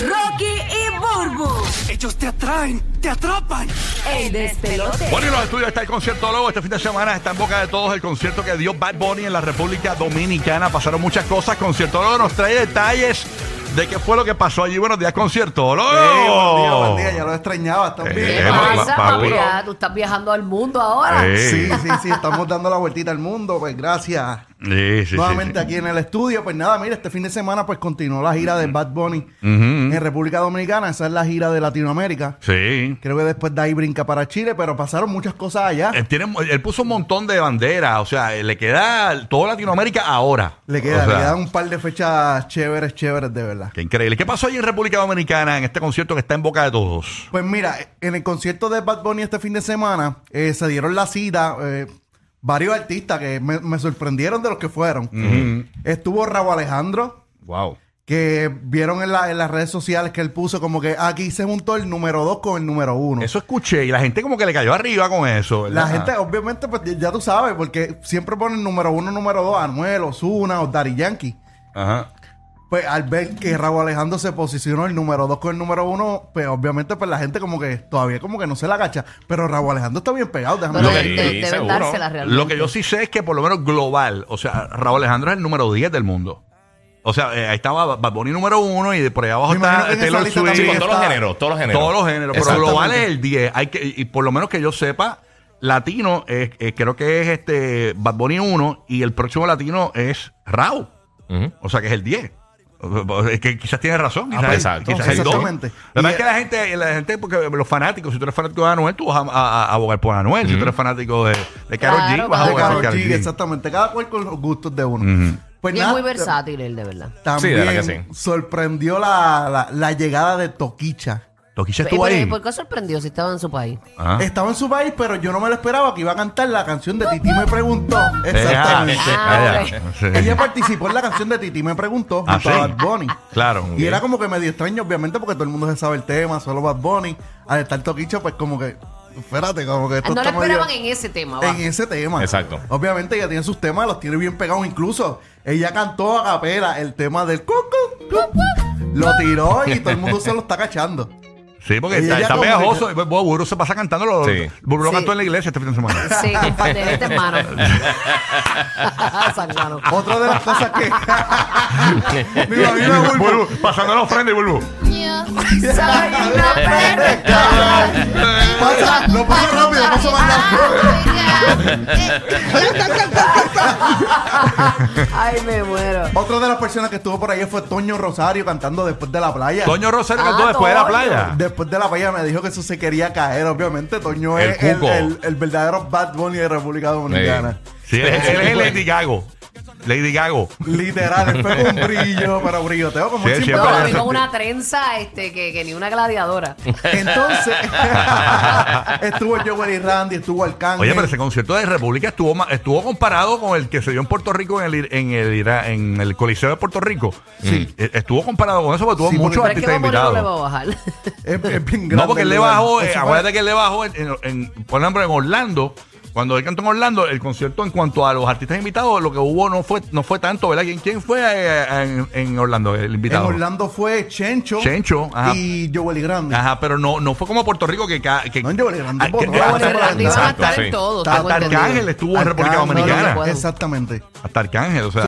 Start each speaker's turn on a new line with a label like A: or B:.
A: Rocky y Burbu,
B: Ellos te atraen, te atrapan.
A: el despelote.
C: Bueno, y los estudios está el concierto luego. Este fin de semana está en boca de todos el concierto que dio Bad Bunny en la República Dominicana. Pasaron muchas cosas. Concierto luego nos trae detalles de qué fue lo que pasó allí. Buenos días, concierto luego.
B: Ey, buenos días, buenos días, ya lo extrañaba también.
C: ¡Oh! Eh,
A: ¿Qué pasa,
C: pa-
A: papi?
C: pa-
A: Ah, Tú estás viajando al mundo ahora.
C: Eh,
B: Sí, sí, sí, estamos dando la vueltita al mundo, pues gracias.
C: sí, sí, sí,
B: Nuevamente
C: sí.
B: aquí en el estudio, pues nada, mira, este fin de semana pues continuó la gira de Bad Bunny en República Dominicana, esa es la gira de Latinoamérica.
C: Sí.
B: Creo que después de ahí brinca para Chile, pero pasaron muchas cosas allá.
C: Él, Eh, tiene- él puso un montón de banderas. O sea, eh, le queda toda Latinoamérica ahora.
B: Le queda,
C: O sea,
B: le quedan un par de fechas chéveres, chéveres de verdad.
C: Qué increíble. ¿Qué pasó allí en República Dominicana en este concierto que está en boca de todos?
B: Pues mira, en el concierto de Bad Bunny este fin de semana eh, se dieron la cita eh, varios artistas que me, me sorprendieron de los que fueron. Estuvo Raúl Alejandro,
C: Wow.
B: que vieron en, la- en las redes sociales que él puso como que aquí se juntó el número 2 con el número 1.
C: Eso escuché y la gente como que le cayó arriba con eso. ¿verdad?
B: La gente, obviamente, pues ya- ya tú sabes, porque siempre ponen número 1, número 2, Anuel, Osuna o Daddy Yankee.
C: Ajá.
B: Pues al ver que Raúl Alejandro se posicionó el número 2 con el número 1, pues obviamente pues la gente como que todavía como que no se la cacha. Pero Raúl Alejandro está bien pegado, déjame
A: Pero
C: Lo que-
A: de- de- deben
C: seguro.
A: dársela realmente.
C: Lo que yo sí sé es que por lo menos global, o sea, Raúl Alejandro es el número 10 del mundo. O sea, eh, ahí estaba Bad Bunny número 1 y de por ahí abajo
B: Me imagino que
C: está
B: en esa
C: Taylor
B: lista
C: Swift.
B: también
D: Sí, con todos los
B: está-
D: géneros, todos los géneros.
C: Todos los géneros, pero
D: Exactamente.
C: global es el 10. Hay que, y por lo menos que yo sepa, latino es- eh, creo que es este Bad Bunny 1 y el próximo latino es Raúl.
D: Ujú.
C: O sea, que es el 10. O- o- Es que quizás tiene razón, quizás,
D: pues,
C: es-
D: exacto.
C: quizás es el 2.
B: Exactamente.
C: La verdad
B: Y-
C: es que la gente, la gente, porque los fanáticos, si tú eres fanático de Anuel, tú vas a, a- a abogar por Anuel. Si tú eres fanático de, de Karol
A: Claro,
C: G, vas a
B: De
A: claro.
C: abogar por
B: Karol
C: Karol
B: G,
C: G.
B: exactamente. Cada cual con los gustos de uno. Pues
A: Y es
B: nada,
A: muy versátil él, de verdad.
D: Sí, de
B: También
D: verdad que sí.
B: sorprendió la, la- la llegada de Toquicha.
C: Toquicha
A: ¿Y
C: estuvo
A: por, qué-
C: ahí. Ah.
A: por qué sorprendió si estaba en su país?
D: Ah.
C: Ajá.
B: Estaba en su país, pero yo no me lo esperaba que iba a cantar la canción de Titi me preguntó. Exactamente.
A: Ah,
C: Ella-
A: ok.
C: Sí.
B: Ella participó en la canción de Titi me preguntó
C: Ah,
B: junto a
C: sí.
B: Bad Bunny.
C: Claro.
B: Y era como que medio extraño, obviamente, porque todo el mundo se sabe el tema, solo Bad Bunny. Al estar Toquicha, pues como que, espérate, como que esto
A: No lo
B: está medio-
A: esperaban en ese tema, va.
B: en ese tema.
D: Exacto.
B: Obviamente ella tiene sus temas, los tiene bien pegados incluso. Ella cantó a capela el tema del cu, cu, cu, cu. Lo tiró y todo el mundo se lo está cachando.
C: Sí, porque
B: Y
C: está,
B: ella
C: está
B: como
C: pegajoso.
B: que-
C: Bueno, Burro se pasa cantando. Lo,
D: Sí.
C: Burro lo
A: Sí.
C: cantó en la iglesia este fin de semana.
A: Sí, con pandereta en mano. Sangano.
B: Otra de las cosas que... Me imagino a Bulbo.
C: Burbu, pasando la ofrenda y Burbu.
B: Pasa, lo pasa rápido, pasa más rápido.
A: Ay, me muero.
B: Otra de las personas que estuvo por ahí fue Toño Rosario cantando después de la playa.
C: Toño Rosario
A: Ah,
C: cantó después de la
A: Toño.
C: playa.
B: Después de la playa me dijo que eso se quería caer, obviamente. Toño
D: El
B: es el,
D: cuco.
B: el- el verdadero Bad Bunny de República Dominicana.
C: Sí, él, él es Lady Gago. Lady Gago.
B: Literal, él fue con brillo, pero brilloteo como
C: Sí,
B: él siempre
C: siempre
A: No, a
B: lo
A: mí
B: hace.
A: con una trenza este, que, que ni una gladiadora.
B: Entonces, estuvo Joel y Randy, estuvo Arcángel.
C: Oye, pero ese concierto de República estuvo ma- estuvo comparado con el que se dio en Puerto Rico en el ir- en el, ira- en el Coliseo de Puerto Rico. Sí. Estuvo comparado con eso porque tuvo
B: Sí,
C: muchos
A: Pero es que
C: artistas
A: vamos no le
C: invitados.
A: va a bajar.
B: es, es bien grande.
C: No, porque él
B: el
C: le
B: lugar.
C: bajó, eh,
B: Eso fue-
C: acuérdate que él le bajó, en, en- en- por ejemplo, en Orlando, cuando él cantó en Orlando, el concierto en cuanto a los artistas invitados, lo que hubo no fue no fue tanto, ¿verdad? ¿Quién, quién fue eh, en, en Orlando, el
B: En
C: invitado?
B: Orlando fue Chencho,
C: Chencho, ajá.
B: y Joel y Randy.
C: Ajá, pero no, no fue como Puerto Rico que... ca- que
B: No, en Joel y Randy.
C: Ah, que-
B: votó.
C: hasta-
A: Pero
B: Joel y
A: Randy
B: Randy
A: van a
D: Exacto,
A: estar en
D: sí.
A: todo.
C: Hasta
A: tengo entendido.
C: Arcángel estuvo en República
B: Arcángel,
C: Dominicana.
A: no, no, no.
B: Exactamente.
C: Hasta Arcángel, o sea...